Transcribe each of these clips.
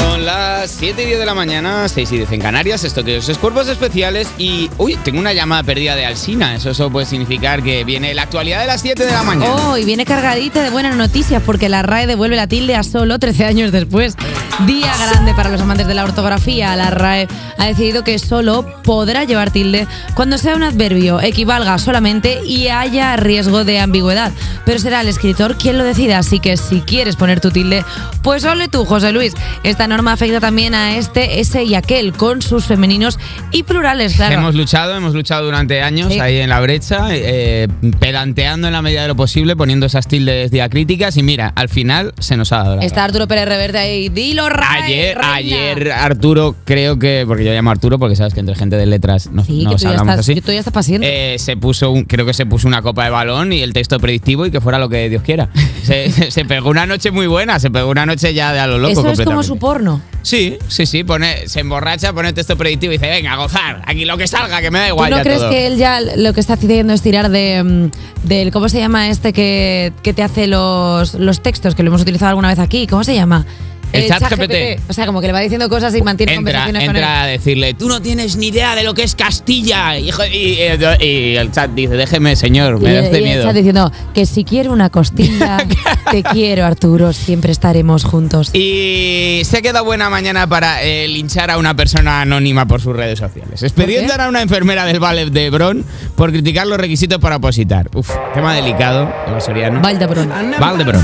Son las 7 y 10 de la mañana, 6 y 10 en Canarias. Esto que es Cuerpos Especiales. Y, uy, tengo una llamada perdida de Alsina. Eso, eso puede significar que viene la actualidad de las 7 de la mañana. Oh, y viene cargadita de buenas noticias porque la RAE devuelve la tilde a solo 13 años después. Día grande para los amantes de la ortografía. La RAE ha decidido que solo podrá llevar tilde cuando sea un adverbio, equivalga solamente y haya riesgo de ambigüedad. Pero será el escritor quien lo decida, así que si quieres poner tu tilde, pues ole tú, José Luis. Esta norma afecta también a este, ese y aquel, con sus femeninos y plurales, claro. Hemos luchado, hemos luchado durante años Sí. ahí en la brecha, eh, pedanteando en la medida de lo posible, poniendo esas tildes diacríticas. Y mira, al final se nos ha dado. la Está Arturo Pérez Reverte ahí. Dilo, RAE. Ayer, reina. ayer Arturo, creo que, porque yo llamo a Arturo porque sabes que entre gente de letras nos, Sí, que nos tú ya, hablamos estás, así. tú ya estás paciente. Eh, se puso un- creo que se puso una copa de balón y el texto predictivo y que fuera lo que Dios quiera. Se, se- se pegó una noche muy buena, se pegó una noche ya de a lo loco. Eso es como completamente. su porno. Sí, sí, sí, pone, se emborracha, pone texto predictivo y dice, venga, gozar, aquí lo que salga, que me da ¿Tú igual. no ya crees todo". que él ya lo que está haciendo es tirar de, mm, del cómo se llama este que, que te hace los, los textos que lo hemos utilizado alguna vez aquí? ¿Cómo se llama? Eh, El chat ChatGPT. GPT. O sea, como que le va diciendo cosas y mantiene Entra, conversaciones con él. entra a decirle, tú no tienes ni idea de lo que es Castilla. hijo- Y, y- y el chat dice, déjeme, señor, me Y- da este y, el miedo. chat diciendo que si quiero una costilla, te quiero, Arturo, siempre estaremos juntos. Y se queda buena mañana para eh, linchar a una persona anónima por sus redes sociales. Expedientan a una enfermera del ballet de Bron por criticar los requisitos para opositar. Uf, tema delicado, el soriano. Valdebrón. Valdebrón.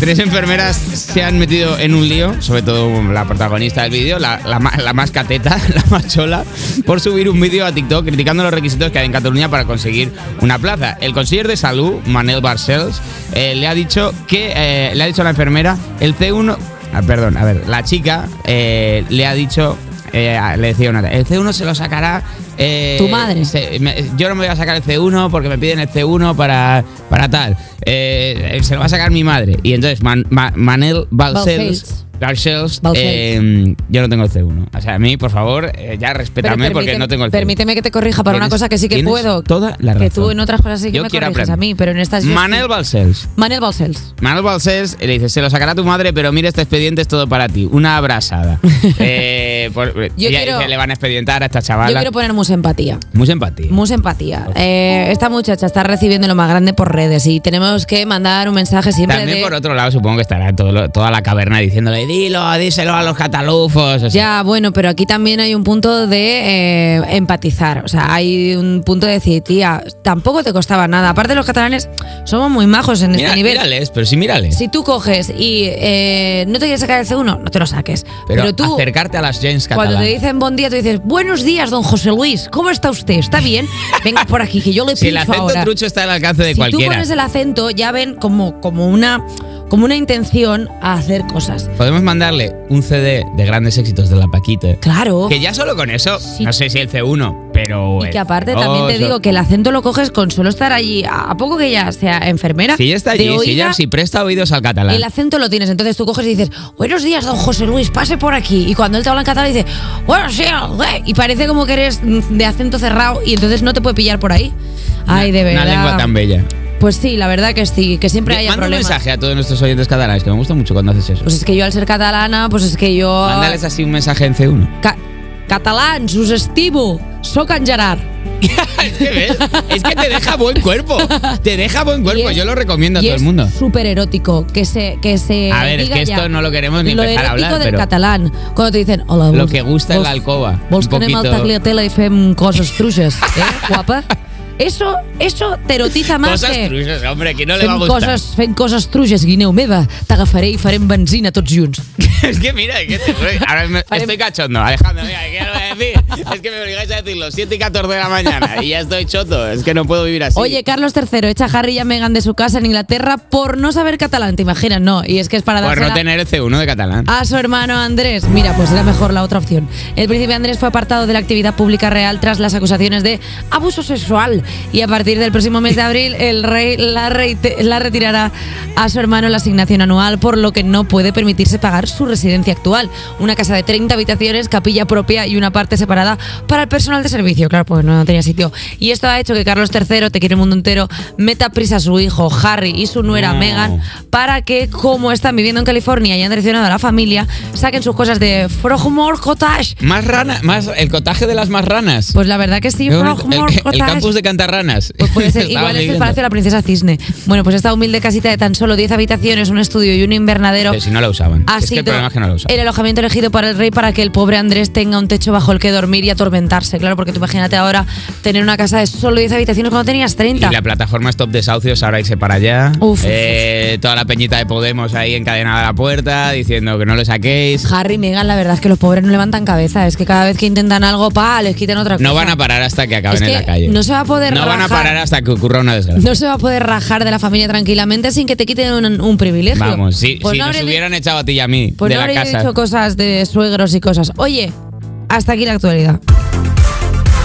Tres enfermeras se han metido en un lío, sobre todo la protagonista del vídeo, la, la ma- la más cateta, la más chola, por subir un vídeo a TikTok criticando los requisitos que hay en Cataluña para conseguir una plaza. El consejero de salud, Manel Barcells, eh, le ha dicho que eh, le ha dicho a la enfermera el C1, ah, perdón, a ver, la chica eh, le ha dicho eh, a- le decía una, el C1 se lo sacará eh, Tu madre. se- eh, me- yo no me voy a sacar el C1 porque me piden el C1 para, para tal. Eh, eh, se lo va a sacar mi madre. Y entonces Man- Ma- Manel Balcells. Balcells. Balcells, Balcells. eh, yo no tengo el C1. O sea, a mí, por favor, eh, ya Pero respétame porque permíteme- no tengo el C1. Permíteme que te corrija para una Tienes- cosa que sí que tienes puedo. toda la Que razón. tú en otras cosas sí que Yo me quiero corrijas a aprender. mí, pero en estas... yo Manel sí. Balcells. Manuel Balcells. Manuel Balcells eh, le dice, se lo sacará tu madre, pero mira, este expediente es todo para ti. Una abrazada. Eh, por- Yo ella quiero- dice, le van a expedientar a esta Yo chavala. quiero poner mucha empatía. Mucha empatía. Mucha empatía. Eh, esta muchacha está recibiendo lo más grande por redes y tenemos que mandar un mensaje siempre También de... por otro lado supongo que estará todo lo- toda la caverna diciéndole dilo, díselo a los catalufos. o sea, Ya, bueno, pero aquí también hay un punto de eh, empatizar. O sea, hay un punto de decir, tía, tampoco te costaba nada. Aparte, los catalanes somos muy majos en mira- este nivel. Mírales, pero sí mírales. Si tú coges y eh, no te quieres sacar el C1, no te lo saques. pero, Pero, tú, acercarte a las gens cuando catalanas. te dicen buen día, tú dices, buenos días, don José Luis, ¿cómo está usted? ¿Está bien? Venga por aquí, que yo le si el pincho acento ahora. trucho está al alcance de si tú cualquiera. pones el acento, ya ven como, como, una, como una intención a hacer cosas. Podemos mandarle un CD de grandes éxitos de la Paquita. Claro. Que pues, ya solo con eso, Sí. no sé si el C1, pero... y el que aparte C2, también te o- digo que el acento lo coges con solo estar allí. A a poco que ya sea enfermera. Si ella está de allí, si oída, ella si presta oídos al catalán. El acento lo tienes, entonces tú coges y dices, buenos días, don José Luis, pase por aquí. Y cuando él te habla en catalán, dice, buenos días, güey", y parece como que eres mm, de acento cerrado y entonces no te puede pillar por ahí. Ay, de Una verdad. lengua tan bella. Pues sí, la verdad que sí, que siempre hay Manda un problemas. mensaje a todos nuestros oyentes catalanes, que me gusta mucho cuando haces eso. Pues es que yo al ser catalana, pues es que yo... Mándales así un mensaje en C1. Ca- catalans, us estimo, soc en Gerard. es que ves, es que te deja buen cuerpo. Te deja buen cuerpo. Y es- Yo lo recomiendo a y todo el es mundo. súper erótico que se, que se A ver, es diga que esto ya. no lo queremos ni lo empezar a erótico hablar, del pero- catalán. Cuando te dicen, hola, Lo vols- que gusta en la vols- alcoba, Vols un que anem al poquito- tagliatella y fem cosas truches, eh, guapa? Eso, eso te erotiza más Cosas que... truchas, hombre, que no le va a Fem gustar. coses, fent coses truges, Guineu meva. T'agafaré i farem benzina tots junts. es que mira, es que te- ahora me- estoy cachondo. Alejandro, mira, ¿qué os voy a decir? Es que me obligáis a decirlo, 7 y 14 de la mañana y ya estoy choto. Es que no puedo vivir así. Oye, Carlos III echa a Harry y a Meghan de su casa en Inglaterra por no saber catalán, ¿te imaginas? No, y es que es para por dársela- no tener el C1 de catalán. a su hermano Andrés. Mira, pues era mejor la otra opción. El príncipe Andrés fue apartado de la actividad pública real tras las acusaciones de abuso sexual y a partir del próximo mes de abril el rey la, reite- la retirará a su hermano la asignación anual, por lo que no puede permitirse pagar su residencia actual. Una casa de 30 habitaciones, capilla propia y una parte separada para el personal de servicio. Claro, pues no tenía sitio. Y esto ha hecho que Carlos III, te quiere el mundo entero, meta prisa a su hijo Harry y su nuera No. Meghan para que, como están viviendo en California y han traicionado a la familia, saquen sus cosas de Frogmore Cottage. Más ranas, más el cotaje de las más ranas. Pues la verdad que sí, Qué bonito. Frogmore el, el Cottage. campus de Cantarranas. Pues puede ser, Estaba igual es el leyendo. Palacio de la Princesa Cisne. Bueno, pues esta humilde casita de tan solo 10 habitaciones, un estudio y un invernadero. Pero si no la usaban. Ha es que sido el problema es que no la usaban. Ah, el alojamiento elegido para el rey para que el pobre Andrés tenga un techo bajo el que dormir y atormentarse. Claro, porque tú imagínate ahora tener una casa de solo 10 habitaciones cuando tenías Y 30. la plataforma Stop Desahucios, ahora irse para allá. Uf. Eh, toda la peñita de Podemos ahí encadenada a la puerta, diciendo que no le saquéis. Harry y Meghan, la verdad es que los pobres no levantan cabeza. Es que cada vez que intentan algo, pa, les quitan otra cosa. No van a parar hasta que acaben Es que en la calle. no se va a poder No van a rajar. parar hasta que ocurra una desgracia. No se va a poder rajar de la familia tranquilamente sin que te quiten un, un privilegio. Vamos, si, Pues si no nos habría di- hubieran echado a ti y a mí Pues de no la habría casa. dicho cosas de suegros y cosas. Oye, hasta aquí la actualidad.